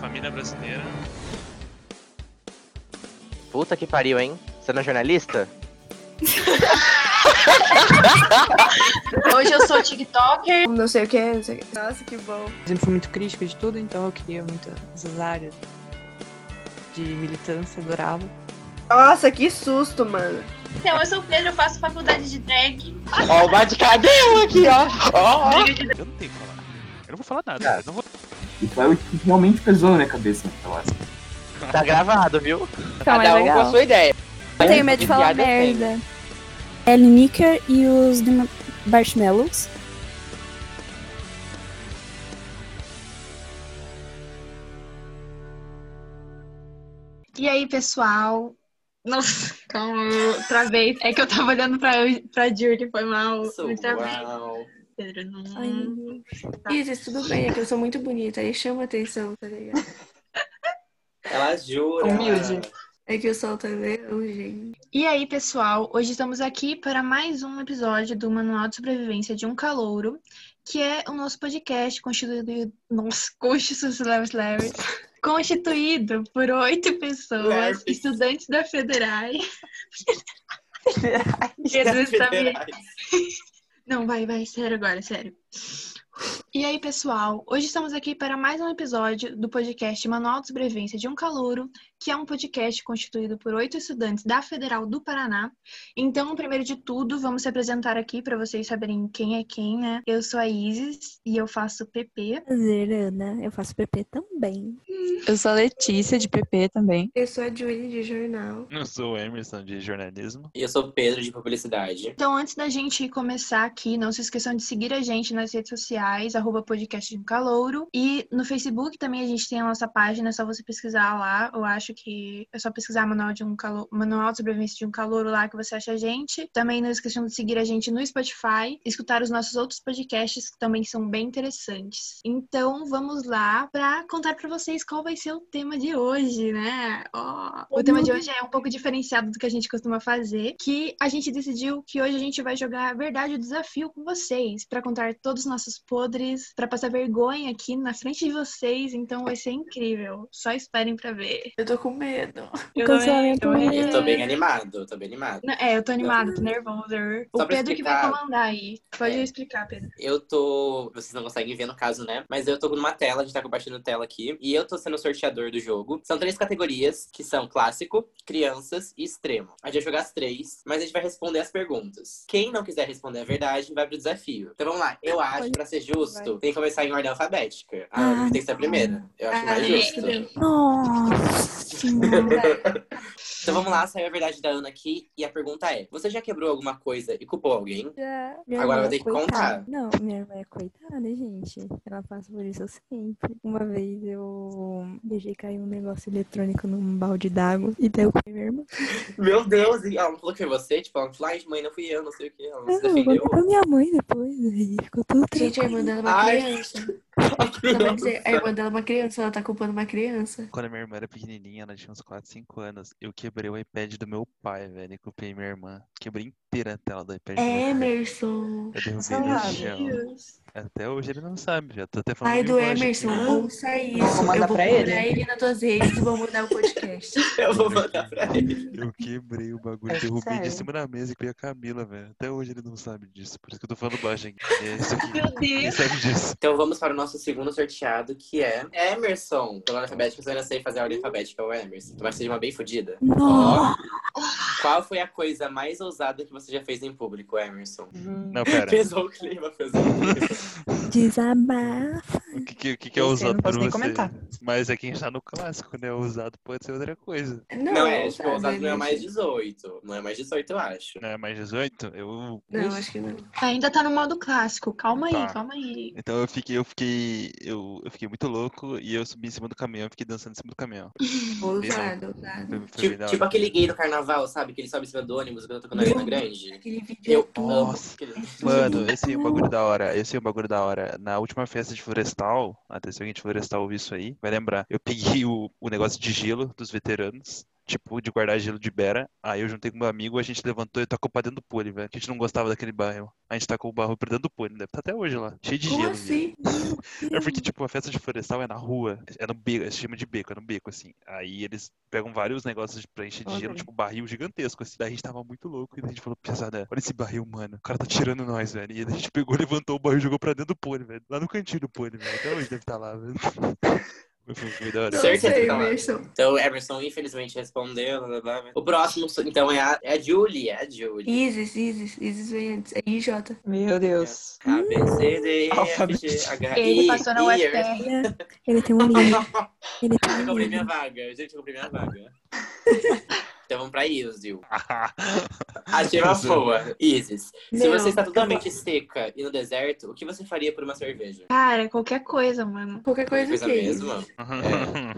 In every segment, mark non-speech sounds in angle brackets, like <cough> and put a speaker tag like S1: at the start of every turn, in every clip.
S1: família brasileira.
S2: Puta que pariu, hein? Você não é jornalista?
S3: Hoje eu sou TikToker.
S4: Não sei o que, não sei o que. Nossa, que bom.
S5: Eu sempre fui muito crítica de tudo, então eu queria muito essas áreas de militância, adorava.
S4: Nossa, que susto, mano.
S3: Então, eu sou o Pedro, eu faço faculdade de drag.
S2: ó, o Bate-Cabelo aqui, ó. Ó, ó.
S1: Eu não tenho que falar. Eu não vou falar nada. Eu não vou...
S6: Isso é o que realmente pesou na minha cabeça, eu acho.
S2: Tá gravado, viu?
S7: Então
S2: Cada
S7: é
S2: um com a
S7: legal.
S2: sua ideia.
S7: Eu tenho medo de falar
S2: Piada eu tenho.
S7: merda. Ellie Nicker e os Dem- Marshmallows.
S3: E aí, pessoal? Nossa, calma, eu travei. É que eu tava olhando pra, pra Julie, foi mal. Me travei.
S2: Uau.
S3: Pedro, não.
S8: Ai, meu Deus. Isis, tudo bem, é que eu sou muito bonita e chama atenção, tá ligado?
S2: Ela jura.
S8: Humilde. É que o sol tá vendo, gente.
S3: E aí, pessoal? Hoje estamos aqui para mais um episódio do Manual de Sobrevivência de um Calouro, que é o nosso podcast constituído. Nossa, constituído, constituído por oito pessoas, estudantes da Federai.
S2: é
S3: Jesus tá sabia.
S2: <laughs>
S3: Não, vai, vai, sério agora, sério. E aí, pessoal? Hoje estamos aqui para mais um episódio do podcast Manual de Sobrevivência de um Calouro, que é um podcast constituído por oito estudantes da Federal do Paraná. Então, primeiro de tudo, vamos se apresentar aqui para vocês saberem quem é quem, né? Eu sou a Isis e eu faço PP.
S7: Prazer, Ana. Eu faço PP também.
S5: Eu sou a Letícia, de PP também.
S8: Eu sou a Julie de jornal.
S1: Eu sou o Emerson de jornalismo.
S9: E eu sou o Pedro de publicidade.
S3: Então, antes da gente começar aqui, não se esqueçam de seguir a gente nas redes sociais, arroba podcast de um calouro. E no Facebook também a gente tem a nossa página, é só você pesquisar lá. Eu acho que é só pesquisar manual de um calouro, manual de sobrevivência de um calouro lá que você acha a gente. Também não esqueçam de seguir a gente no Spotify, escutar os nossos outros podcasts que também são bem interessantes. Então, vamos lá para contar para vocês qual vai ser o tema de hoje, né? Ó, o tema de hoje é um pouco diferenciado do que a gente costuma fazer, que a gente decidiu que hoje a gente vai jogar a verdade o desafio com vocês, para contar todos os nossos podres, para passar vergonha aqui na frente de vocês, então vai ser incrível. Só esperem para ver.
S8: Eu tô com medo.
S7: Eu cancelamento
S9: Eu
S2: Hum.
S9: tô bem animado, eu tô bem animado.
S3: Não, É, eu tô animada, tô nervosa. O
S9: Só pra
S3: Pedro que vai
S9: explicar.
S3: comandar aí. Pode
S9: É. <laughs>
S3: explicar, Pedro.
S9: Eu tô. Vocês não conseguem ver no caso, né? Mas eu tô numa tela, a gente tá compartilhando tela aqui. E eu tô sendo o sorteador do jogo. São três categorias, que são clássico, crianças e extremo. A gente vai jogar as três, mas a gente vai responder as perguntas. Quem não quiser responder a verdade, vai pro desafio. Então vamos lá. Eu acho, pra ser justo, tem que começar em ordem alfabética. Ah,
S7: Ah,
S9: tem que ser a primeira. Eu acho
S8: Ah,
S9: mais
S3: gente,
S9: justo.
S8: deu.
S7: Nossa senhora.
S9: Então vamos lá, saiu a verdade da Ana aqui. E a pergunta é: Você já quebrou alguma coisa e culpou alguém?
S7: Minha
S9: Agora
S7: irmã
S9: eu vou ter
S7: é
S9: que contar.
S7: coitada. Não, minha irmã é coitada, gente. Ela passa por isso sempre. Uma vez eu deixei cair um negócio eletrônico num balde d'água e daí eu comi minha irmã.
S9: Meu Deus, e ela não falou que foi você? Tipo, ela não falou, ai, mãe, não fui eu, não sei o que. Ela não
S7: Eu
S9: se
S7: vou
S9: defendeu.
S7: pra minha mãe depois. aí Ficou tudo
S8: Gente, a
S7: tranquilo.
S8: irmã dela é uma
S9: Ai.
S8: criança. Não, vai dizer, a irmã dela é uma criança, ela tá culpando uma criança.
S1: Quando a minha irmã era pequenininha, ela tinha uns 4, 5 anos. Eu quebrei o iPad do meu pai, velho. E culpei minha irmã. Quebrei inteira a tela do iPad. do meu pai.
S8: Emerson.
S1: Eu derrubei
S5: Meu
S1: no
S5: É, Deus.
S1: chão. Até hoje ele não sabe, já tô até falando.
S8: Pai
S1: de
S8: do
S1: imagem.
S8: Emerson, ouça isso.
S5: Vou mandar
S8: eu vou
S5: pra
S8: procurar
S5: ele.
S8: ele nas tuas redes e vou mandar o podcast.
S9: Eu vou mandar pra ele.
S1: Eu quebrei o bagulho,
S5: É
S1: derrubei de
S5: sério?
S1: cima da mesa e peguei a Camila, velho. Até hoje ele não sabe disso, por isso que eu tô falando
S5: <laughs>
S1: baixo aqui. É isso aqui.
S3: Meu
S1: Ele
S3: Deus.
S1: sabe disso.
S9: Então vamos para o nosso segundo sorteado, que é Emerson. Pela ordem alfabética, eu não sei fazer a ordem alfabética, é o Emerson. Tomara que seja uma bem fodida.
S7: Nossa,
S9: Qual foi a coisa mais ousada que você já fez em público, Emerson?
S1: Não, pera.
S9: <laughs> Pesou o clima, pesou o clima.
S7: desabafa.
S1: O que, que, o que que
S5: Esse
S1: é
S5: eu não
S1: usado pra
S5: posso nem
S1: você?
S5: comentar.
S1: Mas é quem está no clássico, né? Usado pode ser outra coisa.
S8: Não,
S9: Não, é, tipo,
S8: sabe,
S9: ousado não é mais
S8: Emerson?
S9: 18. Não é mais 18, eu acho.
S1: Não é mais 18? Eu.
S8: Não, acho que não.
S3: Ainda tá no modo clássico. Calma aí,
S1: Tá.
S3: calma aí.
S1: Então eu fiquei, eu fiquei. Eu, eu fiquei muito louco e eu subi em cima do caminhão, fiquei dançando em cima do caminhão.
S8: Ousado, ousado.
S1: Foi- foi bem
S9: Tipo,
S1: da
S9: tipo
S1: hora.
S9: aquele gay do carnaval, sabe? Que ele sobe em cima do ônibus quando eu tô com a
S8: Não.
S9: Arena Grande.
S8: Aquele vídeo.
S9: Eu amo
S1: Nossa.
S9: aquele.
S1: Mano, eu sei um bagulho da hora, eu sei um bagulho da hora. Na última festa de Florestal, até se alguém de Florestal ouvir isso aí, vai lembrar. Eu peguei o, o negócio de gelo dos veteranos tipo, de guardar gelo de Bera. Aí eu juntei com meu amigo, a gente levantou e tacou pra dentro do pole, velho. que A gente não gostava daquele barril. A gente tacou o barril pra dentro do pole, deve estar até hoje lá. Cheio de
S8: Como
S1: gelo.
S8: assim?
S1: É porque, tipo, a festa de florestal é na rua, é no beco, se chama de beco, é no beco, assim. Aí eles pegam vários negócios pra encher de
S5: Olha
S1: gelo,
S5: aí.
S1: tipo, barril gigantesco, assim. Daí a gente tava muito louco e daí a gente falou, pesada, olha esse barril, mano, o cara tá tirando nós, velho. E daí a gente pegou, levantou o barril e jogou pra dentro do pônei, velho. Lá no cantinho do pônei, velho. Até hoje deve estar lá, <laughs> velho. Foi- Foi foi da hora.
S8: Não
S9: Certeza
S8: sei,
S9: que tá lá.
S8: Emerson.
S9: Então, Emerson, infelizmente, respondeu. blá, blá, blá. O próximo, então, é a, é a Julie. É a Julie.
S8: Isis, Isis, Isis vem antes. É IJ.
S5: Meu Deus.
S9: A, B, C, D, E, F,
S5: Alfabeto.
S9: G, H,
S3: Ele
S9: I,
S3: passou na
S9: I,
S3: UFR.
S7: Ele tem
S9: <laughs>
S7: um livro. Ele tem
S9: Eu
S7: um
S9: comprei minha
S7: livro.
S9: vaga. Gente, eu comprei minha vaga. Então vamos pra Isil.
S5: <laughs>
S9: Achei uma
S1: Isil.
S9: boa. Isis, se
S8: Não,
S9: você está totalmente seca e no deserto, o que você faria por uma cerveja?
S3: Cara, qualquer coisa, mano.
S8: Qualquer coisa,
S9: Coisa
S8: que
S9: mesmo.
S1: É.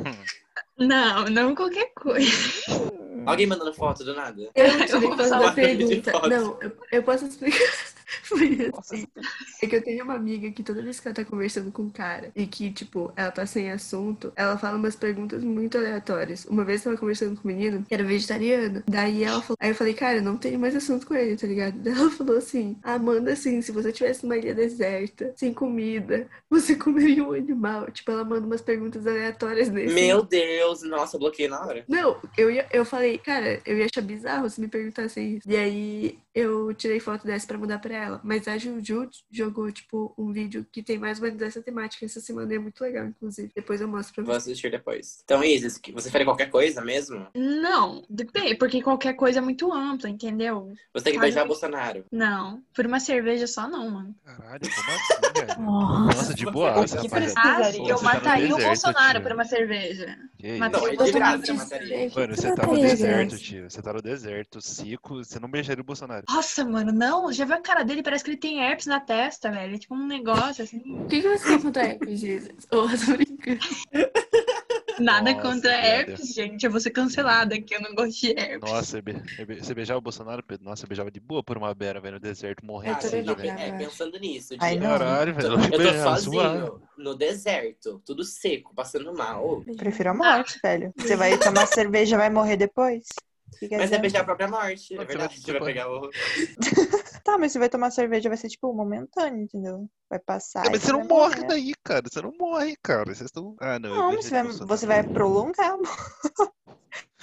S3: Não, não qualquer coisa.
S5: Hum.
S9: Alguém mandando foto do nada?
S8: Eu não tive
S3: Eu
S8: que
S3: vou
S8: fazer
S3: falar
S8: a
S9: um vídeo de
S8: pergunta.
S9: foto.
S8: Não, eu, eu posso explicar. <laughs> Foi assim. É que eu tenho uma amiga que toda vez que ela tá conversando com um cara e que, tipo, ela tá sem assunto, ela fala umas perguntas muito aleatórias. Uma vez eu tava conversando com um menino que era vegetariano. Daí ela falou. Aí eu falei, cara, eu não tenho mais assunto com ele, tá ligado? Daí ela falou assim: Amanda, assim, se você tivesse uma ilha deserta, sem comida, você <laughs> comeria um animal? Tipo, ela manda umas perguntas aleatórias nesse.
S9: Meu Deus, nossa, eu bloqueei na hora.
S8: Não, eu, ia, eu falei, cara, eu ia achar bizarro se me perguntassem isso. E aí eu tirei foto dessa pra mandar pra ela. Mas a Juju jogou, tipo, um vídeo que tem mais ou menos essa temática essa semana e é muito legal, inclusive. Depois eu mostro pra
S9: Vou
S8: vocês.
S9: assistir depois. Então, Isis, que- você faria qualquer coisa mesmo?
S3: Não, depende, porque qualquer coisa é muito ampla, entendeu?
S9: Você tem que
S3: Cada-
S9: beijar Bolsonaro.
S1: Não.
S3: Não, por uma cerveja só não, mano.
S1: Caralho, como assim, velho?
S7: Nossa.
S1: Nossa, de boa,
S9: Que
S1: rapaziada.
S3: Ah,
S1: Pô,
S3: eu
S1: você tá no
S3: mataria o
S1: deserto,
S3: Bolsonaro
S1: tio.
S3: por uma cerveja.
S1: Que isso?
S3: Mataria
S9: Não,
S3: o
S9: é de graça,
S3: Bolsonaro.
S9: mataria.
S1: Mano,
S7: Você
S1: você
S8: é
S1: tá
S7: mataria
S1: no
S7: ele.
S1: deserto, tio. Você tá no deserto, seco, você não beijaria o Bolsonaro.
S3: Nossa, mano, não, já viu a cara dele? Parece que ele tem herpes na testa, velho. É tipo um negócio assim.
S8: O que, que você tem contra Apple, Jesus? <laughs> Ô, tô brincando.
S3: Nada
S1: Nossa,
S3: contra
S1: meu
S3: herpes, gente. Eu vou ser cancelada aqui, eu não gosto de herpes.
S1: Nossa, eu be- eu be- você beijava o Bolsonaro, Pedro? Nossa, eu beijava de boa por uma beira, velho, no deserto, morrendo
S5: Ah,
S9: Cara,
S1: de sede,
S9: não,
S1: velho.
S9: é, pensando nisso.
S5: Ai,
S9: de-
S5: não.
S1: Caralho, velho.
S9: Eu
S1: Eu
S9: tô, eu tô
S1: beijava,
S9: sozinho,
S1: zoado.
S9: no deserto, tudo seco, passando mal.
S3: Uhum.
S5: Prefiro a morte, velho. Você vai tomar cerveja e vai morrer depois? Fica
S9: Mas é
S5: adiando.
S9: beijar a própria morte, é
S1: Você
S9: verdade.
S1: vai-
S9: Você vai pegar o.
S5: Tá, mas você vai tomar cerveja, vai ser tipo momentâneo, entendeu? Vai passar.
S1: É,
S5: aí
S1: mas você não
S5: vai
S1: morre
S5: morrer.
S1: daí, cara. Você não morre, cara. Vocês estão. Ah, não. eu
S5: Não,
S1: beijei
S5: você
S1: o
S5: vai,
S1: Bolsonaro.
S5: você vai prolongar. a
S1: <laughs>
S5: morte.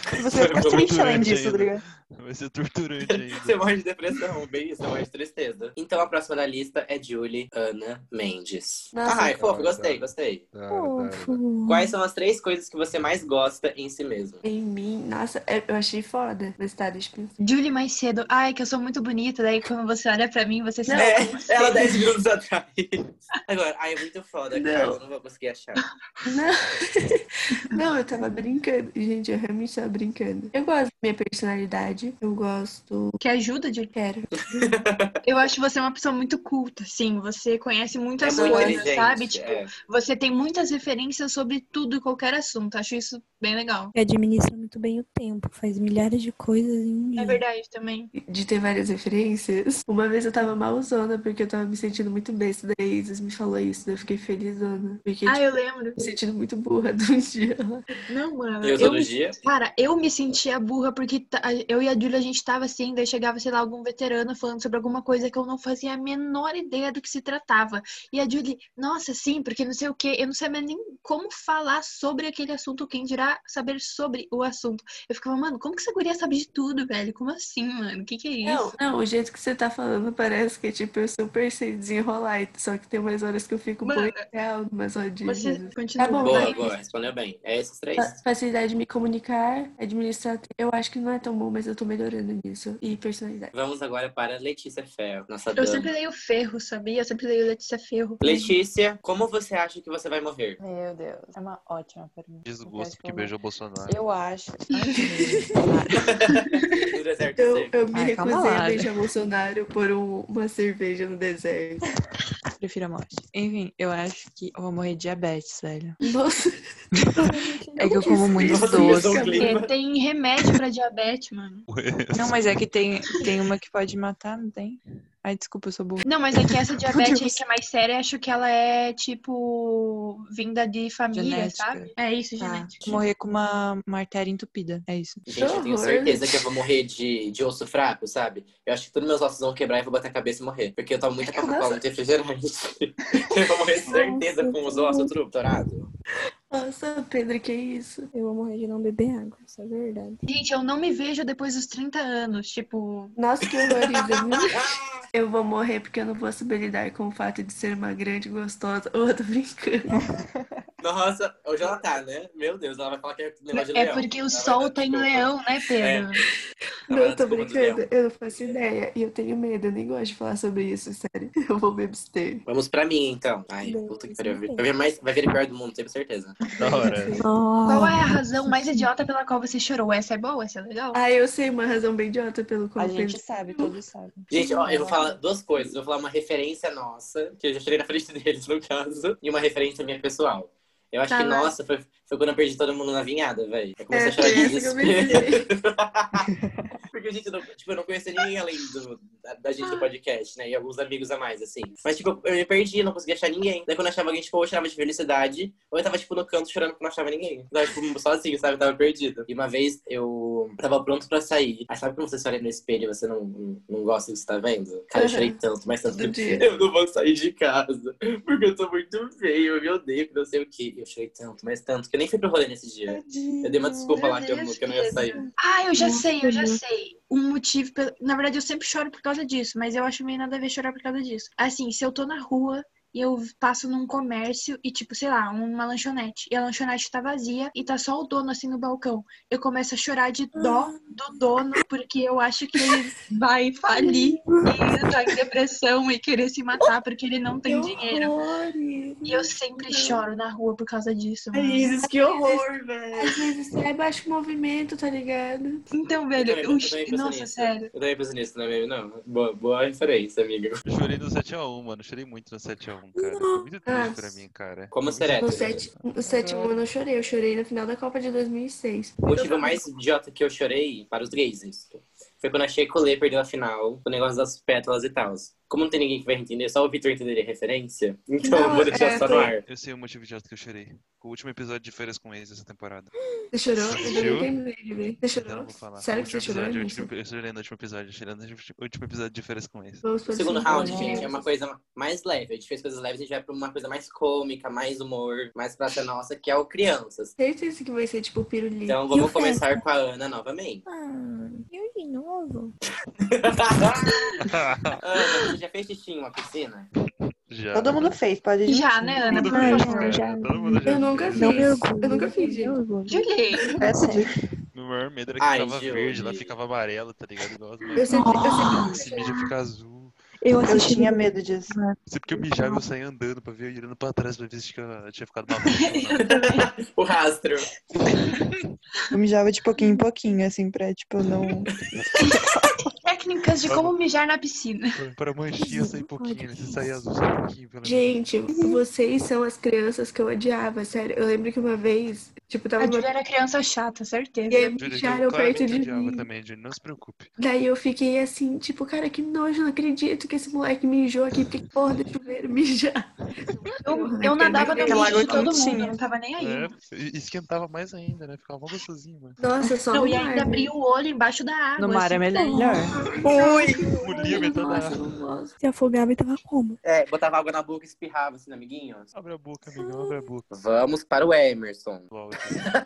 S5: você vai
S9: Vai
S5: ficar
S9: ficar
S5: triste
S1: muito
S5: além
S1: doente
S5: disso,
S1: ainda.
S5: tá ligado?
S1: Vai ser
S5: <laughs>
S1: torturante
S9: <laughs> Você
S1: ainda.
S9: morre de depressão, bem isso, você morre de tristeza. Então a próxima da lista é Julie Ana Mendes.
S8: Nossa,
S9: Ai,
S3: então.
S1: cara.
S9: fofo, gostei, gostei.
S1: Da hora, da hora, da hora.
S7: Fofo.
S9: Quais são as três coisas que você mais gosta em si mesmo?
S8: Em mim, nossa, é- eu achei foda. Mas tá, deixa eu pensar.
S3: Julie mais cedo. Ai, que eu sou muito bonita. Daí quando você olha pra mim, você se
S9: É,
S3: você.
S9: ela 10 minutos atrás. Agora, ai, é muito foda, cara.
S8: Não.
S9: Eu não vou conseguir achar.
S3: Tá
S8: Não. <laughs> não, eu tava brincando. Gente, eu realmente tava brincando. Eu gosto da minha personalidade. Eu gosto.
S3: Que ajuda, Julie.
S8: Quero.
S3: Eu acho você uma pessoa muito culta, sim. Você conhece muitas
S9: é muito
S3: coisas,
S9: inteligente.
S3: sabe? Tipo,
S9: é.
S3: você tem muitas referências sobre tudo e qualquer assunto. Acho isso bem legal.
S7: E administra muito bem o tempo, faz milhares de coisas em um dia.
S3: É verdade também.
S8: de ter várias referências. Uma vez eu tava malzona porque eu tava me sentindo muito besta. Daí a Isis me falou isso, daí eu fiquei felizona. Porque
S3: Ah,
S8: tipo,
S3: eu lembro.
S8: me sentindo muito burra <laughs> de um dia.
S3: Não, mano.
S9: E os
S3: Eu
S9: outros
S3: me...
S9: dias?
S3: Cara, eu me sentia burra porque ta- eu e a Júlia, a gente tava assim, daí chegava, sei lá, algum veterano falando sobre alguma coisa que eu não fazia a menor ideia do que se tratava. E a Júlia, nossa, sim, porque não sei o quê, eu não sabia nem como falar sobre aquele assunto, quem dirá saber sobre o assunto. Eu ficava, mano, como que essa guria sabe de tudo, velho? Como assim, mano? O que que é isso?
S8: Não, não, o jeito que você tá falando parece que tipo, eu super sei desenrolar. Só que tem umas horas que eu fico
S3: Mano.
S8: boiando, umas rodinhas.
S3: Você continua.
S8: é bom, né?
S3: vai.
S9: Boa, boa, respondeu bem. É esses três?
S8: Fa-
S3: Tá.
S8: Facilidade de me comunicar, administrar. Eu acho que não é tão bom, mas eu tô melhorando nisso. E personalidade.
S9: Vamos agora para Letícia Ferro, nossa
S3: Eu
S9: dama.
S3: sempre leio Ferro, sabia? Eu sempre leio Letícia Ferro.
S9: Letícia, como você acha que você vai morrer?
S10: Meu Deus, é uma ótima pergunta.
S1: Desgosto porque
S10: Eu
S1: beijou o Bolsonaro.
S10: acho- Eu acho. antes de falar-
S9: No deserto
S8: Eu,
S9: seco.
S8: eu me
S5: Ai, calma
S8: recusei
S5: lá,
S8: a
S5: né?
S8: beijar Bolsonaro por um- uma cerveja no deserto.
S5: Prefiro a morte. Enfim, eu acho que eu vou morrer de diabetes, velho.
S8: Nossa, <laughs>
S5: É que eu como muito
S9: Nossa,
S5: doce.
S10: <laughs>
S9: isso é um clima.
S3: Porque tem remédio pra diabetes, mano.
S5: Não, mas é que tem, tem uma que pode matar, não tem? Ai, desculpa, eu sou burra.
S3: Não, mas é que <laughs> essa
S5: Meu
S3: diabetes
S5: Deus.
S3: aí que é mais séria, acho que ela é, tipo, vinda de família,
S5: Genética.
S3: sabe? É isso,
S5: Tá.
S3: genética.
S5: Morrer com uma, uma artéria entupida. É isso.
S9: Gente, eu tenho certeza que eu vou morrer de, de osso fraco, sabe? Eu acho que todos meus ossos vão quebrar e vou bater a cabeça e morrer. Porque eu tomo muita Coca-Cola, muito refrigerante. <laughs> Eu vou morrer certeza com os ossos torado.
S8: Nossa, Pedro, que isso?
S7: Eu vou morrer de não beber água, isso é verdade.
S3: Gente, eu não me vejo depois dos 30 anos, tipo...
S8: Nossa, que horror, Isa. Eu vou morrer porque eu não vou saber lidar com o fato de ser uma grande gostosa. Ô, eu tô brincando.
S9: Nossa, hoje ela tá, né? Meu Deus, ela vai falar que é negócio de É.
S3: É
S9: leão.
S3: porque o
S9: Ela vai
S3: sol
S9: dar
S3: tem
S9: desculpa.
S3: leão, né, Pedro?
S9: Ela
S8: Não,
S9: vai dar
S8: eu tô
S9: desculpa do leão.
S8: brincando. Eu não faço ideia. E eu tenho medo. Eu nem gosto de falar sobre isso, sério. <laughs> Eu vou me abster.
S9: Vamos pra mim, então. Ai, puta que pariu. Vai vir mais, vai vir pior do mundo, tenho certeza.
S1: Da hora.
S3: Qual é a razão mais idiota pela qual você chorou? Essa é boa? Essa é legal?
S8: Ah, eu sei uma razão bem idiota pelo qual
S10: A
S8: eu
S10: gente
S8: penso.
S10: sabe, todos sabem.
S9: Gente, ó, eu vou falar duas coisas. Eu vou falar uma referência nossa, que eu já tirei na frente <laughs> deles, no caso, e uma referência minha pessoal. Eu acho
S3: Tá
S9: que,
S3: lá.
S9: nossa, foi, foi quando eu perdi todo mundo na vinhada, velho. Eu comecei
S8: É,
S9: a chorar
S8: foi
S9: de
S8: essa que
S9: <laughs>
S8: eu
S9: desespero. Porque, gente, eu não, tipo, eu não conhecia ninguém além do, da, da gente do
S8: Ah.
S9: podcast, né? E alguns amigos a mais, assim. Mas, tipo, eu me perdi, não conseguia achar ninguém. Daí, quando eu achava alguém, tipo, ou eu chorava de felicidade, ou eu tava, tipo, no canto chorando porque não achava ninguém. Eu tava, tipo, sozinho, sabe? Eu tava perdido. E uma vez eu tava pronto pra sair. Aí, sabe quando você se olha no espelho e você não, não gosta do que você tá vendo? Cara, eu
S8: Aham.
S9: chorei tanto, mas tanto.
S8: Todo
S9: que
S8: dia.
S9: Eu não vou sair de casa, porque eu tô muito feio, eu me odeio, que não sei o quê. Eu chorei tanto, mas tanto, que eu nem fui pro rolê nesse dia. Eu dei uma desculpa lá que eu, que eu não ia sair.
S3: Ah, eu já sei, eu já sei. Um motivo. pelo- Na verdade, eu sempre choro por causa disso, mas eu acho meio nada a ver chorar por causa disso. Assim, se eu tô na rua e eu passo num comércio e, tipo, sei lá, uma lanchonete, e a lanchonete tá vazia e tá só o dono assim no balcão, eu começo a chorar de dó do dono porque eu acho que ele vai falir e entrar em depressão e querer se matar porque ele não tem dinheiro. E eu sempre choro na rua por causa disso. mano.
S8: Isis, que horror, velho. Às vezes é baixo movimento, tá ligado?
S3: Então, velho,
S9: também-
S3: eu...
S9: eu também penso
S3: nossa,
S9: nisso.
S3: sério.
S9: Eu também penso nisso, não é mesmo? Não. Boa, boa referência, amiga.
S1: Eu chorei no 7x1, mano. Eu chorei muito no 7x1, cara. Foi muito triste pra mim, cara.
S9: Como
S1: Foi muito
S9: será?
S8: No, sete, no sétimo ano eu chorei. Eu chorei na final da Copa de 2006.
S9: O motivo mais idiota que eu chorei para os gays isso. foi quando a Shecolê perdeu a final, o negócio das pétalas e tal. Como não tem ninguém que vai entender, só o Victor entenderia a referência, então
S8: Não,
S9: eu vou deixar
S8: é,
S9: só no
S8: tô-
S9: ar.
S1: Eu sei o motivo idiota que eu chorei. O último episódio de Férias com Ex dessa temporada.
S8: Você chorou? Eu
S1: Chorou?
S8: não terminei de ver.
S1: Então
S8: Você
S1: eu
S8: chorou?
S1: não vou falar.
S8: Sério
S1: O
S8: que você
S1: último
S8: chorou?
S1: episódio, o
S8: Emerson?
S1: último- Eu chorei no último episódio. Eu chorei no último- último episódio de Férias com Ex.
S8: Vamos
S9: O
S8: para
S9: segundo round, gente, é
S8: round.
S9: uma coisa mais leve. A gente fez coisas leves, a gente vai pra uma coisa mais cômica, mais humor, mais praça nossa, que é o Crianças.
S8: Certeza que vai ser tipo pirulito.
S9: Então
S7: E
S9: vamos
S7: o
S9: começar com a Ana
S7: <laughs>
S9: novamente.
S7: Ah, eu de novo?
S9: Ana, você já fez xixi em uma piscina?
S1: Já.
S10: Todo mundo fez, pode ir.
S3: Já, né, Ana?
S1: Todo
S3: Por
S1: mundo fez,
S3: favor.
S1: cara.
S7: já.
S1: Todo mundo já
S8: Eu nunca
S1: fez.
S8: vi.
S7: Não
S8: Fiz.
S7: me
S8: Eu nunca
S7: um orgulho,
S8: fiz, gente.
S7: não me orgulho.
S3: Julie,
S10: É sério.
S1: Meu maior medo era que
S9: Ai,
S1: ficava
S9: Júlia.
S1: verde, lá ficava amarelo, tá ligado? Nossa,
S8: Eu sempre, eu
S1: Esse
S8: sempre
S1: mídia fica azul.
S7: Eu
S10: Eu
S7: assisti
S10: tinha medo disso.
S1: Sempre que eu mijava, eu saía andando pra ver, olhando pra trás pra ver se tinha tinha ficado
S8: <laughs>
S1: maluco.
S9: O rastro.
S10: Eu mijava de pouquinho em pouquinho, assim, pra, tipo, não.
S3: <laughs> técnicas de como mijar na piscina.
S1: Pra- Pra manchinha sair pouquinho, né? se sair azul, sair pouquinho, pelo menos.
S8: Gente, vocês são as crianças que eu odiava, sério. Eu lembro que uma vez, tipo,
S3: A
S8: tava
S3: Julia
S8: uma...
S3: era criança chata, certeza.
S8: E aí
S1: Júlia, que
S8: deixaram
S1: eu
S8: perto
S1: claramente
S8: de
S1: odiava
S8: mim.
S1: também, Júlia, não se preocupe.
S8: Daí eu fiquei assim, tipo, cara, que nojo, não acredito que esse moleque mijou aqui, porque que porra do chuveiro mijar.
S3: Eu, eu nadava no
S8: Aquela
S3: lixo
S10: água
S3: de todo mundo,
S10: quentinha.
S3: eu não tava nem aí.
S1: É, e- esquentava mais ainda, né? Ficava mó gostosinho, mano.
S8: Nossa, só
S3: Não,
S8: no
S3: e
S8: mar,
S3: ainda
S8: né?
S3: abria o olho embaixo da água.
S5: No mar é
S3: assim.
S5: melhor.
S1: Polia metade da
S8: Nossa,
S1: água.
S8: não gosto.
S7: Se afogava e tava como?
S9: É, botava água na boca e espirrava, assim, amiguinhos.
S1: Abre a boca, amigão, abre a boca.
S9: Vamos para o Emerson.
S1: Lol,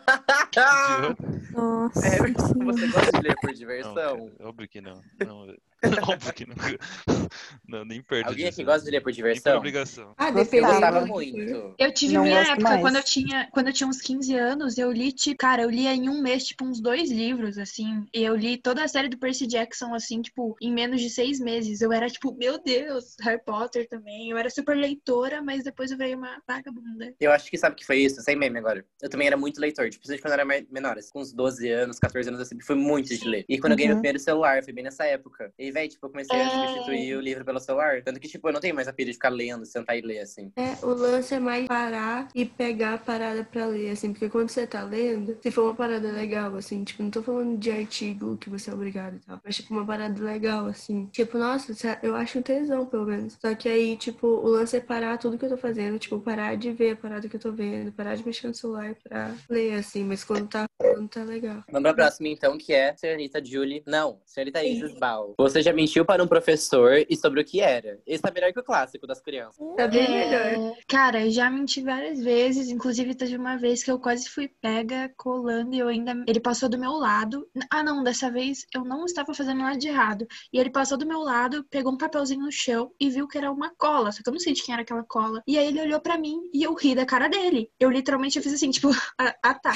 S9: Ah,
S1: idiota.
S7: Nossa,
S9: Você
S7: senhora.
S9: gosta de ler por
S1: Não,
S9: diversão?
S1: cara, óbvio que não. Não, é <laughs> óbvio que não. <laughs> Não, nem perto
S9: Alguém
S1: disso. né?
S9: aqui gosta de ler por
S1: Nem por
S9: diversão?
S1: obrigação.
S8: Ah,
S9: Eu
S8: depende.
S9: gostava
S8: do
S9: muito.
S3: Eu tive
S10: Não
S3: minha
S10: gosto
S3: época,
S10: mais.
S3: quando eu tinha, quando eu tinha uns 15 anos, eu li, tipo, cara, eu lia em um mês, tipo, uns dois livros, assim. E eu li toda a série do Percy Jackson, assim, tipo, em menos de seis meses. Eu era, tipo, meu Deus, Harry Potter também. Eu era super leitora, mas depois eu virei uma vagabunda.
S9: Eu acho que sabe o que foi isso, sem meme agora. Eu também era muito leitor, tipo, principalmente quando eu era mais- menor, assim, com uns 12 anos, 14 anos, eu sempre fui muito de ler. E quando eu ganhei meu
S10: Uhum.
S9: primeiro celular, foi bem nessa época. E E, velho, tipo, eu comecei a substituir o livro pelo celular. Tanto que, tipo, eu não tenho mais a pilha de ficar lendo, sentar e ler, assim.
S8: É, o lance é mais parar e pegar a parada pra ler, assim, porque quando você tá lendo, se for uma parada legal, assim, tipo, não tô falando de artigo que você é obrigado e tal, mas tipo, uma parada legal, assim. Tipo, nossa, sé- eu acho um tesão, pelo menos. Só que aí, tipo, o lance é parar tudo que eu tô fazendo, tipo, parar de ver a parada que eu tô vendo, parar de mexer no celular pra ler, assim, mas quando tá falando, tá legal.
S9: Vamos pra próxima, então, que é Senhorita Julie. Não, Senhorita Isis Bal. Você já mentiu para um professor e sobre o que era. Esse tá melhor que o clássico das crianças.
S8: Tá bem
S5: né?
S8: melhor.
S3: É, Cara, eu já menti várias vezes. Inclusive, teve uma vez que eu quase fui pega colando e eu ainda. Ele passou do meu lado. Ah, não, dessa vez eu não estava fazendo nada de errado. E ele passou do meu lado, pegou um papelzinho no chão e viu que era uma cola. Só que eu não sei de quem era aquela cola. E aí ele olhou pra mim e eu ri da cara dele. Eu literalmente fiz assim, tipo, <laughs> ah, ah, tá.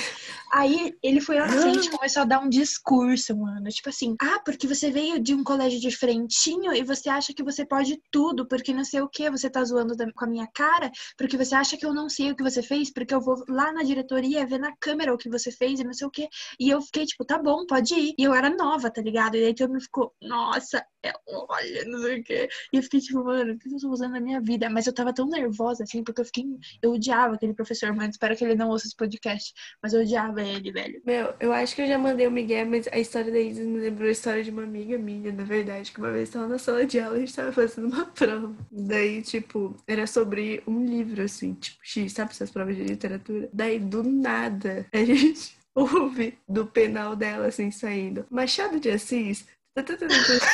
S3: Aí ele foi à frente e começou a dar um discurso, mano. Tipo assim, ah, porque você veio de um colégio de frentinho e você acha que você pode tudo, porque não sei o que, você tá zoando da- com a minha cara, porque você acha que eu não sei o que você fez, porque eu vou lá na diretoria ver na câmera o que você fez e não sei o que. E eu fiquei tipo, tá bom, pode ir. E eu era nova, tá ligado? E aí todo mundo ficou, nossa, é, olha, não sei o que. E eu fiquei tipo, mano, o que eu tô usando na minha vida? Mas eu tava tão nervosa, assim, porque eu fiquei. Eu odiava aquele professor, mano. Espero que ele não ouça esse podcast. Mas eu odiava ele, velho.
S8: Meu, eu acho que eu já mandei o Miguel, mas a história da Isis me lembrou a história de uma amiga minha, na verdade, que uma vez estava na sala de aula e a gente tava fazendo uma <laughs> prova. Daí, tipo, era sobre um livro, assim, tipo, X, sabe essas provas de literatura? Daí, do nada, a <laughs> gente ouve do penal dela, assim, saindo. Machado de Assis. <laughs>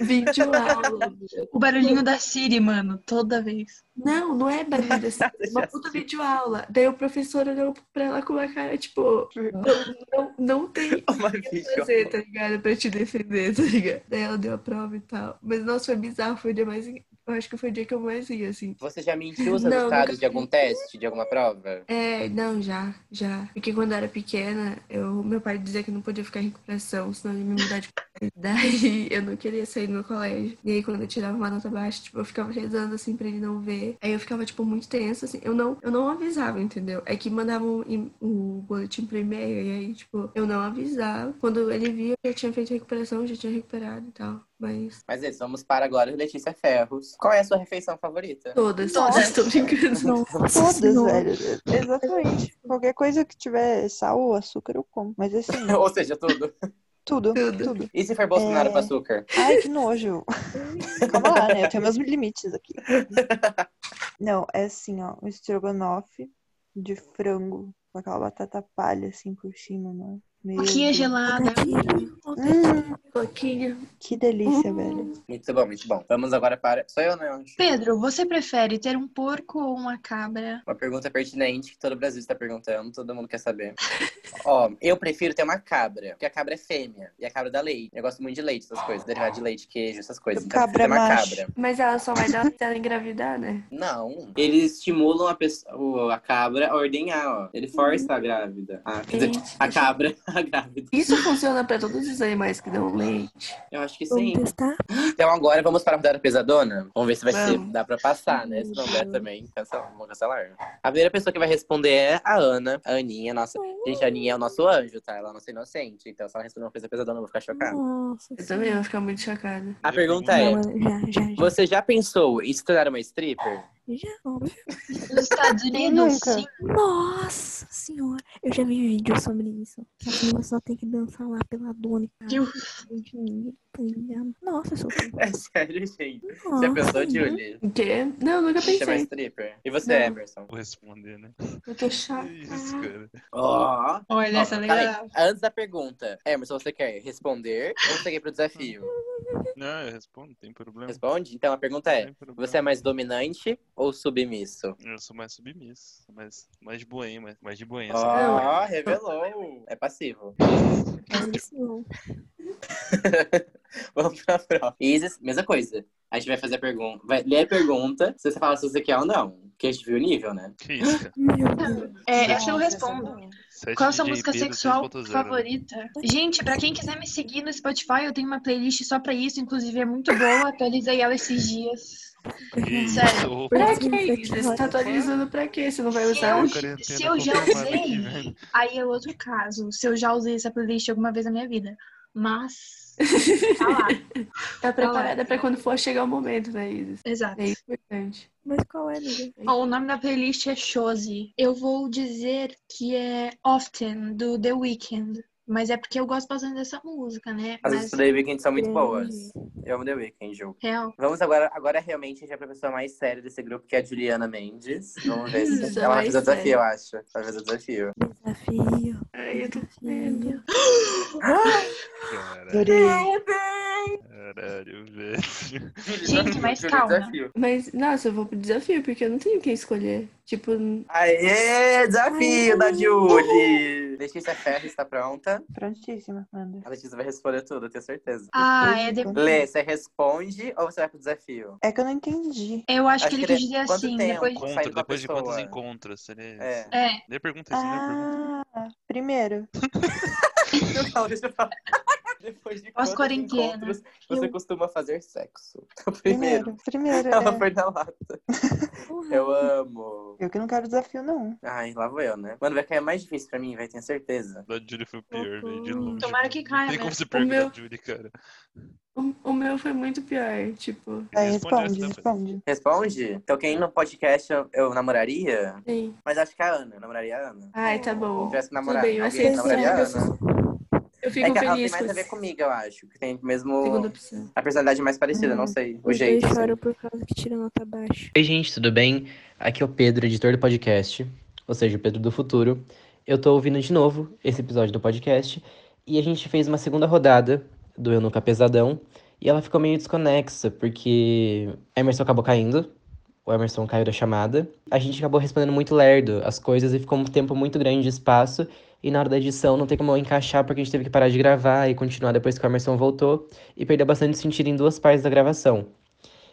S8: Vídeo aula.
S3: O barulhinho da Siri, mano, toda vez.
S8: Não, não é barulho assim. é Uma puta videoaula. Daí o professor olhou pra ela com uma cara, tipo, não, não, não tem o que fazer, tá ligado? Pra te defender, tá ligado? Daí ela deu a prova e tal. Mas nossa, foi bizarro, foi o dia mais. Eu acho que foi o dia que eu mais ri, assim.
S9: Você já mentiu os
S8: Não,
S9: resultados
S8: nunca
S9: de algum teste, de alguma prova?
S8: É, não, já, já. Porque quando eu era pequena, eu, meu pai dizia que não podia ficar em recuperação, senão ele me mudar de colégio. <laughs> Daí eu não queria sair do meu colégio. E aí quando eu tirava uma nota baixa, tipo, eu ficava rezando assim pra ele não ver. Aí eu ficava, tipo, muito tensa, assim. Eu não, eu não avisava, entendeu? É que mandavam um e- o boletim pro e-mail, e aí, tipo, eu não avisava. Quando ele via, eu já tinha feito recuperação, eu já tinha recuperado e tal. Mas
S9: Mas isso, vamos para agora Letícia Ferros. Qual é a sua refeição favorita?
S8: todas, todas, <laughs> tô brincando.
S10: Todas, velho. Exatamente. Qualquer coisa que tiver sal ou açúcar, eu como. Mas assim,
S9: <laughs> Ou seja, tudo.
S10: tudo, tudo.
S9: E se for Bolsonaro
S10: É.
S9: com açúcar?
S10: Ai, que nojo. Calma lá, né? Eu tenho meus limites aqui. Não, é assim, ó. Um estrogonofe de frango com aquela batata palha, assim, por cima, mano. Meu
S3: Coquinha
S10: Deus.
S3: gelada.
S10: Hum,
S8: Coquinha.
S10: que delícia, velho.
S9: Muito bom, muito bom. Vamos agora para. Sou eu, não?
S3: Pedro, você prefere ter um porco ou uma cabra?
S9: Uma pergunta pertinente que todo o Brasil está perguntando, todo mundo quer saber. <laughs> Ó, eu prefiro ter uma cabra, porque a cabra é fêmea e a cabra dá leite. Eu gosto muito de leite, essas coisas, derivado de leite, queijo, essas coisas. Então, eu
S10: Cabra é
S9: prefiro ter uma
S10: macho.
S9: cabra.
S8: Mas ela só vai dar se ela engravidar, né?
S9: Não. Eles estimulam a, pessoa, o- a cabra a ordenhar, ó. Ele força
S10: Uhum.
S9: a grávida. A, quer dizer,
S8: Gente,
S9: a cabra <laughs> a grávida.
S8: Isso funciona pra todos os animais que dão leite.
S9: Eu acho que
S7: Vamos
S9: sim.
S7: testar?
S9: Então agora vamos para a rodada pesadona. Vamos ver se vai ser.
S8: Vamos.
S9: Dá pra passar, né? Se não der também, cancela, vamos cancelar. A primeira pessoa que vai responder é a Ana. A Aninha, nossa. Gente, a Aninha é o nosso anjo, tá? Ela é a nossa inocente. Então, se ela responder uma coisa pesadona, eu vou ficar
S8: Uhum.
S9: chocado.
S7: Nossa.
S8: Eu também Tá, vou ficar muito chocada.
S9: A pergunta é:
S7: Não, já, já, já.
S9: Você já pensou em se tornar uma stripper? <laughs>
S7: Já, óbvio.
S3: Nos Estados
S10: Quem
S3: Unidos,
S10: nunca?
S3: sim.
S7: Nossa senhora. Eu já vi vídeo sobre isso. Que a pessoa só tem que dançar lá pela dona. cara.
S3: Ju.
S7: Gente, ninguém tá ligado. Nossa, eu sou
S9: É sério, gente.
S7: Nossa,
S9: Já pensou,
S7: né?
S9: Julie?
S8: O quê? Não, Uhum. nunca
S9: Se chamar
S8: pensei.
S9: stripper. E você,
S8: Não.
S9: Emerson?
S1: Vou responder, né?
S8: Eu tô
S3: Ah.
S8: chata.
S1: Isso, cara.
S9: Ó.
S3: Olha,
S9: Ó, tá
S3: essa é
S9: peraí,
S3: legal.
S9: Antes da pergunta, Emerson, você quer responder ou você quer ir pro desafio?
S8: Uhum.
S1: Não, eu respondo, não tem problema.
S9: Responde? Então a pergunta é:
S1: Não tem problema.
S9: Você é mais dominante ou submisso?
S1: Eu sou mais submisso, mais, mais de boinha, mais, mais de boinha. sabe?
S3: é
S9: Ó, revelou. É passivo. <laughs>
S7: Mas isso não.
S9: Vamos pra prova. Isis, mesma coisa. A gente vai fazer a pergunta. Vai ler a pergunta, se você fala se você quer ou não. Porque a gente viu o nível, né?
S1: Que isso,
S3: <laughs>
S1: cara.
S7: Meu Deus.
S3: É, essa eu respondo.
S1: Sete
S3: Qual a sua
S1: DJ
S3: música
S1: Pedro
S3: sexual
S1: 3.0, né?
S3: favorita? Gente, pra quem quiser me seguir no Spotify, eu tenho uma playlist só pra isso, inclusive é muito boa, atualizei ela esses dias.
S1: Que isso,
S3: Sério.
S1: ô,
S8: Pra
S7: Mas
S8: que
S7: não sei
S8: isso?
S7: que
S8: Você tá
S7: roda.
S8: atualizando pra quê? Você não vai
S3: Se eu,
S8: usar?
S1: quarentena
S3: se eu já
S1: confirmada aqui,
S3: usei,
S1: velho.
S3: aí é outro caso. Se eu já usei essa playlist alguma vez na minha vida. Mas Tá lá.
S8: Tá preparada
S3: lá.
S8: pra quando for chegar o momento, né, Isis?
S3: Exato.
S8: É isso que é importante.
S7: Mas qual é, amiga?
S3: Ó, Ah, o nome da playlist é Chose. Eu vou dizer que é Often, do The Weeknd. Mas é porque eu gosto bastante dessa música, né?
S9: As
S3: Mas
S9: músicas do The Weeknd são muito boas. Eu amo The Weeknd, Ju.
S3: real.
S9: Vamos agora, agora realmente a gente vai pra pessoa mais séria desse grupo, que é a Juliana Mendes. Vamos ver
S3: <laughs>
S9: se
S8: Pessoa
S9: ela vai
S8: mais
S9: fazer o desafio,
S8: séria.
S9: eu acho. Vai fazer o desafio.
S7: Desafio.
S8: Ai, eu tô com medo.
S7: Desafio.
S1: Caralho,
S7: Adorei.
S1: <laughs> caralho, velho.
S3: Gente, mas calma.
S9: Desafio.
S8: Mas, nossa, eu vou pro desafio, porque eu não tenho quem escolher. Tipo, n-
S9: Aê, desafio da Julie! Letícia Ferro está pronta.
S10: Prontíssima, Amanda.
S9: A Letícia vai responder tudo, eu tenho certeza.
S3: Ah, é de...
S9: Lê, você responde ou você vai pro desafio?
S10: É que eu não entendi.
S3: Eu acho, que ele quis
S9: é-
S3: dizer
S9: quanto
S3: assim.
S9: tempo? Saindo
S3: Depois...
S1: Encontro,
S9: com a
S1: depois de quantos
S9: pessoa.
S1: encontros? Seria isso?
S9: É.
S3: É,
S1: Nem pergunta isso, nem pergunta.
S10: Ah, primeiro.
S9: Não, <laughs> não, deixa eu falar. Depois de
S3: Pós
S9: quantos
S8: né?
S3: quarentena.
S9: encontros você
S3: Eu-
S9: costuma fazer sexo? <laughs> Primeiro. <laughs>
S10: Primeiro. Primeiro,
S9: Ela
S10: é.
S9: foi na lata.
S7: Porra.
S9: Eu amo.
S10: Eu que não quero desafio, não.
S9: Ai, lá vou eu, né? Mano, vai cair mais difícil pra mim, vai, tenho certeza.
S1: Da Julie foi o pior, velho, de
S7: Socorro.
S1: longe.
S3: Tomara
S1: mano.
S3: que caia,
S1: Não tem
S3: né?
S1: como você
S8: O
S1: perguntar
S8: meu-
S1: a Julie, cara.
S8: o, o meu foi muito pior. Tipo,
S10: Aí
S1: Responde essa
S10: responde,
S1: também.
S10: responde.
S9: Responde? Então quem no podcast eu, eu namoraria?
S8: sim.
S9: Mas acho que é a Ana, eu namoraria a Ana.
S8: Ai, tá
S9: Se
S8: bom.
S9: tivesse que namorar
S8: bem, eu
S9: alguém, eu
S8: aceito.
S9: namoraria a
S8: Sim, eu
S9: Ana.
S8: Eu fico
S9: É que ela tem
S8: feliz com
S9: mais a ver
S8: essa
S9: comigo, eu acho. Que tem
S8: segunda
S9: mesmo
S8: opção.
S9: a personalidade mais parecida,
S8: Hum,
S9: não sei. O
S7: Os
S9: jeito.
S7: dois
S9: assim.
S7: choram por causa que tira nota baixa.
S11: Oi, gente, tudo bem? Aqui é o Pedro, editor do podcast, ou seja, o Pedro do futuro. Eu tô ouvindo de novo esse episódio do podcast e a gente fez uma segunda rodada do Eu Nunca Pesadão e ela ficou meio desconexa porque Emerson acabou caindo, o Emerson caiu da chamada. A gente acabou respondendo muito lerdo as coisas e ficou um tempo muito grande de espaço e na hora da edição não tem como eu encaixar porque a gente teve que parar de gravar e continuar depois que o Emerson voltou e perdeu bastante sentido em duas partes da gravação.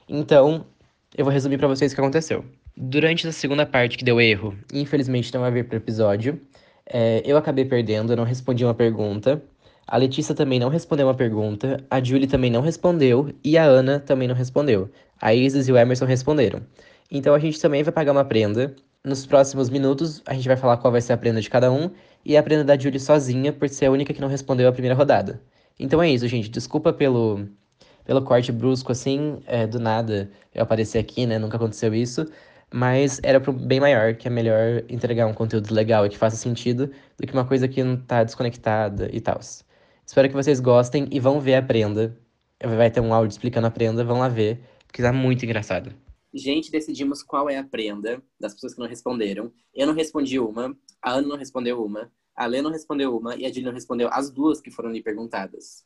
S11: Então, eu vou resumir pra vocês o que aconteceu. Durante a segunda parte que deu erro, e infelizmente não vai vir pro episódio, é, eu acabei perdendo, eu não respondi uma pergunta. A Letícia também não respondeu uma pergunta, a Julie também não respondeu e a Ana também não respondeu. A Isis e o Emerson responderam. Então a gente também vai pagar uma prenda. Nos próximos minutos a gente vai falar qual vai ser a prenda de cada um e a prenda da Julie sozinha por ser a única que não respondeu a primeira rodada. Então é isso, gente. Desculpa pelo pelo corte brusco, assim, é, do nada eu apareci aqui, né? Nunca aconteceu isso. Mas era pro bem maior, que é melhor entregar um conteúdo legal e que faça sentido do que uma coisa que não tá desconectada e tal. Espero que vocês gostem e vão ver a prenda. Vai ter um áudio explicando a prenda, vão lá ver, porque tá muito engraçado.
S9: Gente, decidimos qual é a prenda das pessoas que não responderam. Eu não respondi uma, a Ana não respondeu uma, a Lê não respondeu uma e a Dilly não respondeu as duas que foram lhe perguntadas.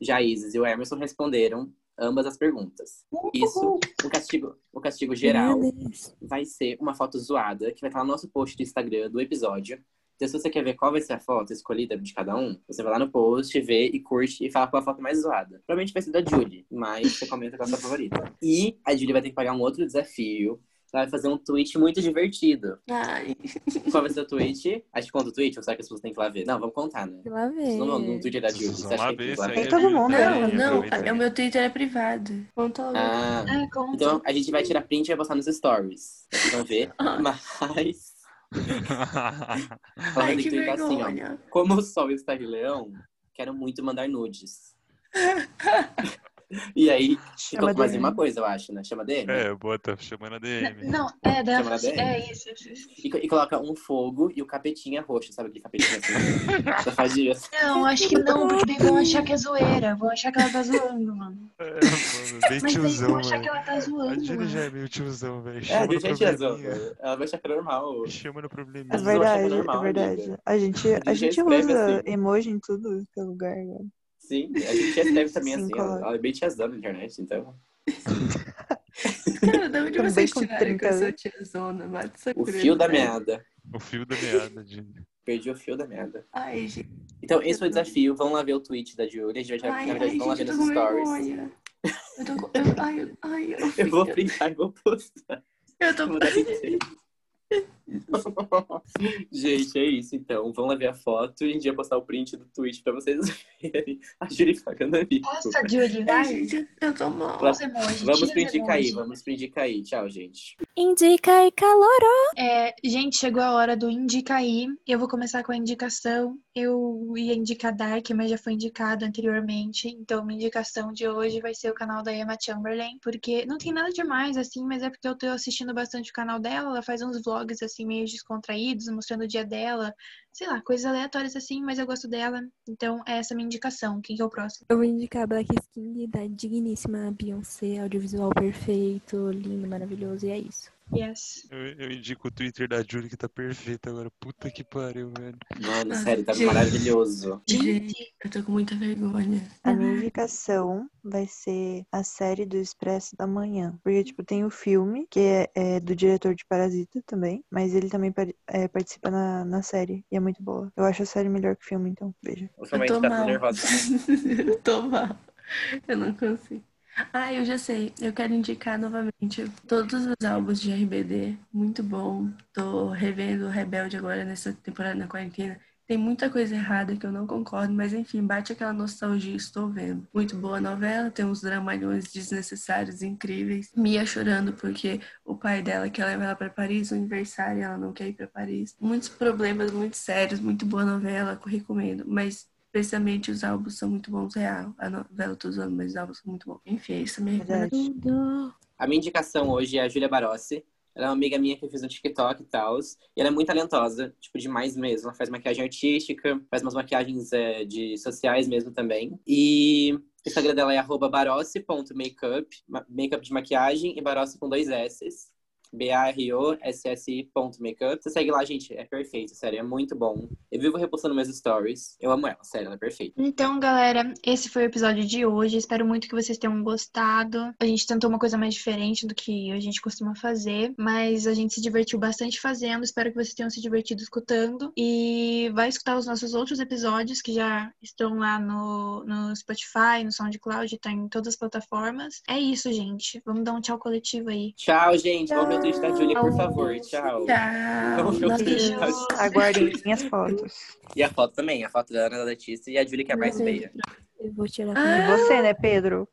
S9: Já a Isis e o Emerson responderam ambas as perguntas. Isso, o castigo, o castigo geral
S7: Meu Deus.
S9: vai ser uma foto zoada que vai estar no nosso post do Instagram do episódio. Então, se você quer ver qual vai ser a foto escolhida de cada um, você vai lá no post, vê e curte e fala qual a foto mais zoada. Provavelmente vai ser da Julie, mas você comenta qual é a sua favorita. E a Julie vai ter que pagar um outro desafio. Ela vai fazer um tweet muito divertido.
S8: Ai,
S9: Qual vai ser o tweet? A gente conta o tweet ou será que as pessoas têm que ir lá ver? Não, vamos contar, né?
S7: Lá
S9: Vocês não vão no
S7: vem.
S9: tweet da Julie.
S1: Vocês
S9: Você
S1: vão lá
S9: acha que
S1: ver,
S9: eles vão lá
S1: segue
S9: ver?
S3: Então
S1: a
S10: Todo
S3: tá
S1: Julie
S10: mundo,
S1: né? também,
S8: não, não.
S1: aproveita aí.
S8: O meu Twitter é privado. Conta logo.
S9: Ah,
S3: É, conta.
S9: então a gente vai tirar print e vai postar nos stories. Vocês vão ver.
S8: Ah.
S9: Mas. Ela vai
S8: Ai,
S9: ter que
S8: que
S9: tweetar assim, ó.
S8: vergonha.
S9: Como o sol está em leão, quero muito mandar
S8: <laughs>
S9: nudes. e aí, ficou
S10: Chama
S9: mais
S10: DM.
S9: uma coisa, eu acho, né? Chama DM.
S1: <laughs> É, bota, chamando a DM.
S3: Não, é, daí ela
S9: Chama
S3: fala assim,
S9: bem?
S3: é isso, isso, isso.
S9: E, co- e coloca um fogo e o capetinha roxo, sabe aquele capetinha assim? Safadinho.
S3: Não, acho que não, porque daí vão achar que é zoeira. Vão achar que ela tá
S1: <laughs>
S3: zoando, mano.
S1: É, mano, bem
S3: Mas daí vão
S1: tiozão, é.
S3: achar que
S1: mano.
S3: ela tá
S1: A
S3: zoando,
S1: Julie
S3: mano.
S1: já é meio tiozão, velho.
S9: É, a
S1: Chama no
S9: gente já tinha zoado.
S1: probleminha.
S9: Ela vai achar que é normal.
S1: Chama no
S9: Mas
S10: É
S9: não
S1: probleminha.
S9: acha
S10: verdade,
S9: normal,
S10: é verdade.
S9: amiga.
S10: A gente,
S9: A gente já
S10: a gente
S9: escreve
S10: usa
S9: assim.
S10: emoji em tudo que é lugar. né?
S9: Sim, a gente já escreve também
S10: Sim,
S9: assim. Ela,
S10: coloca.
S9: ela é bem tiazão na internet, então.
S8: Cara, de onde
S10: Também
S8: vocês
S10: com
S8: tiraram que eu
S10: 30
S8: sou tiazona? Mata essa
S9: O fio da
S8: curiosidade.
S9: meada.
S1: é O fio da meada, Julie.
S9: Perdi o fio da meada.
S8: Ai, gente.
S9: Então, esse foi o
S8: Eu não-
S9: desafio. Vão lá ver o tweet da Julia. A gente vai tirar
S8: Ai,
S9: a
S8: ai,
S9: gente vão lá
S8: gente,
S9: ver
S8: eu tô
S9: nos
S8: com
S9: stories.
S8: vergonha. Eu tô com. Eu, ai, eu- ai, eu,
S9: Eu vou
S8: eu,
S9: printar e vou postar.
S8: eu tô.
S9: Vou dar print. <laughs> gente, é isso então. Vão lá ver a foto e a gente vai postar o print do tweet pra vocês <laughs> verem. A Julie pagando a bico.
S3: Nossa, Julie,
S8: Ai,
S3: vai. é
S8: gente, eu tô mal.
S3: Os emojis,
S9: Vamos
S3: tira os
S9: printar e cair,
S3: emojis.
S9: vamos printar e cair. Tchau, gente.
S3: Indica e calorou. É, gente, chegou a hora do Indica aí. Eu vou começar com a indicação. Eu ia indicar Dark, mas já foi indicado anteriormente. Então, minha indicação de hoje vai ser o canal da Emma Chamberlain. Porque não tem nada demais, assim, mas é porque eu tô assistindo bastante o canal dela. Ela faz uns vlogs, assim, meio descontraídos, mostrando o dia dela. Sei lá, coisas aleatórias assim, mas eu gosto dela. Então, é essa minha indicação. Quem que é o próximo?
S7: Eu vou indicar Black Skin da digníssima Beyoncé, audiovisual perfeito, lindo, maravilhoso, e é isso.
S3: Yes.
S1: Eu, eu indico o Twitter da Julie que tá perfeito agora. Puta que pariu, velho.
S9: Mano, sério, tá maravilhoso.
S8: Gente, eu tô com muita vergonha.
S10: A minha indicação vai ser a série do Expresso da Manhã. Porque, tipo, tem o filme, que é, é do diretor de Parasita também, mas ele também par- é, participa na, na série. E é muito boa. Eu acho a série melhor que o filme, então veja.
S9: Ultimamente tá tão nervosa.
S8: Eu <laughs> tô mal. Eu não consigo. Ah, eu já sei. Eu quero indicar novamente todos os álbuns de RBD. Muito bom. Tô revendo o Rebelde agora nessa temporada na quarentena. Tem muita coisa errada que eu não concordo, mas enfim, bate aquela nostalgia, estou vendo. Muito boa a novela, tem uns dramalhões desnecessários, incríveis. Mia chorando porque o pai dela quer levar ela para Paris, o aniversário, e ela não quer ir para Paris. Muitos problemas muito sérios, muito boa novela, que eu recomendo. Mas especialmente os álbuns são muito bons, real. A novela eu tô usando, mas os álbuns são muito bons. Enfim, é isso mesmo.
S9: Verdade. A minha indicação hoje é a Júlia Barossi. Ela é uma amiga minha que fez um TikTok e tal. E ela é muito talentosa, tipo, demais mesmo. Ela faz maquiagem artística, faz umas maquiagens é, de sociais mesmo também. E o Instagram dela é arroba barossi.makeup, ma- makeup de maquiagem e barossi com dois S's. B-A-R-O-S-S-I ponto makeup. Você segue lá, gente. É perfeito, sério. É muito bom. Eu vivo repostando meus stories. Eu amo ela, sério. Ela é perfeita.
S3: Então, galera, esse foi o episódio de hoje. Espero muito que vocês tenham gostado. A gente tentou uma coisa mais diferente do que a gente costuma fazer, mas a gente se divertiu bastante fazendo. Espero que vocês tenham se divertido escutando. E vai escutar os nossos outros episódios que já estão lá no, no Spotify, no SoundCloud, tá em todas as plataformas. É isso, gente. Vamos dar um tchau coletivo aí.
S9: Tchau, gente. Vamos ver o tweet da Júlia, por favor. Tchau. Então, Vamos ver o tweet da Júlia.
S10: Aguardem minhas fotos.
S9: E a foto também. A foto da Ana da Letícia e a Júlia, que é a mais feia.
S3: Ah!
S7: Eu vou tirar
S10: E você, né, Pedro?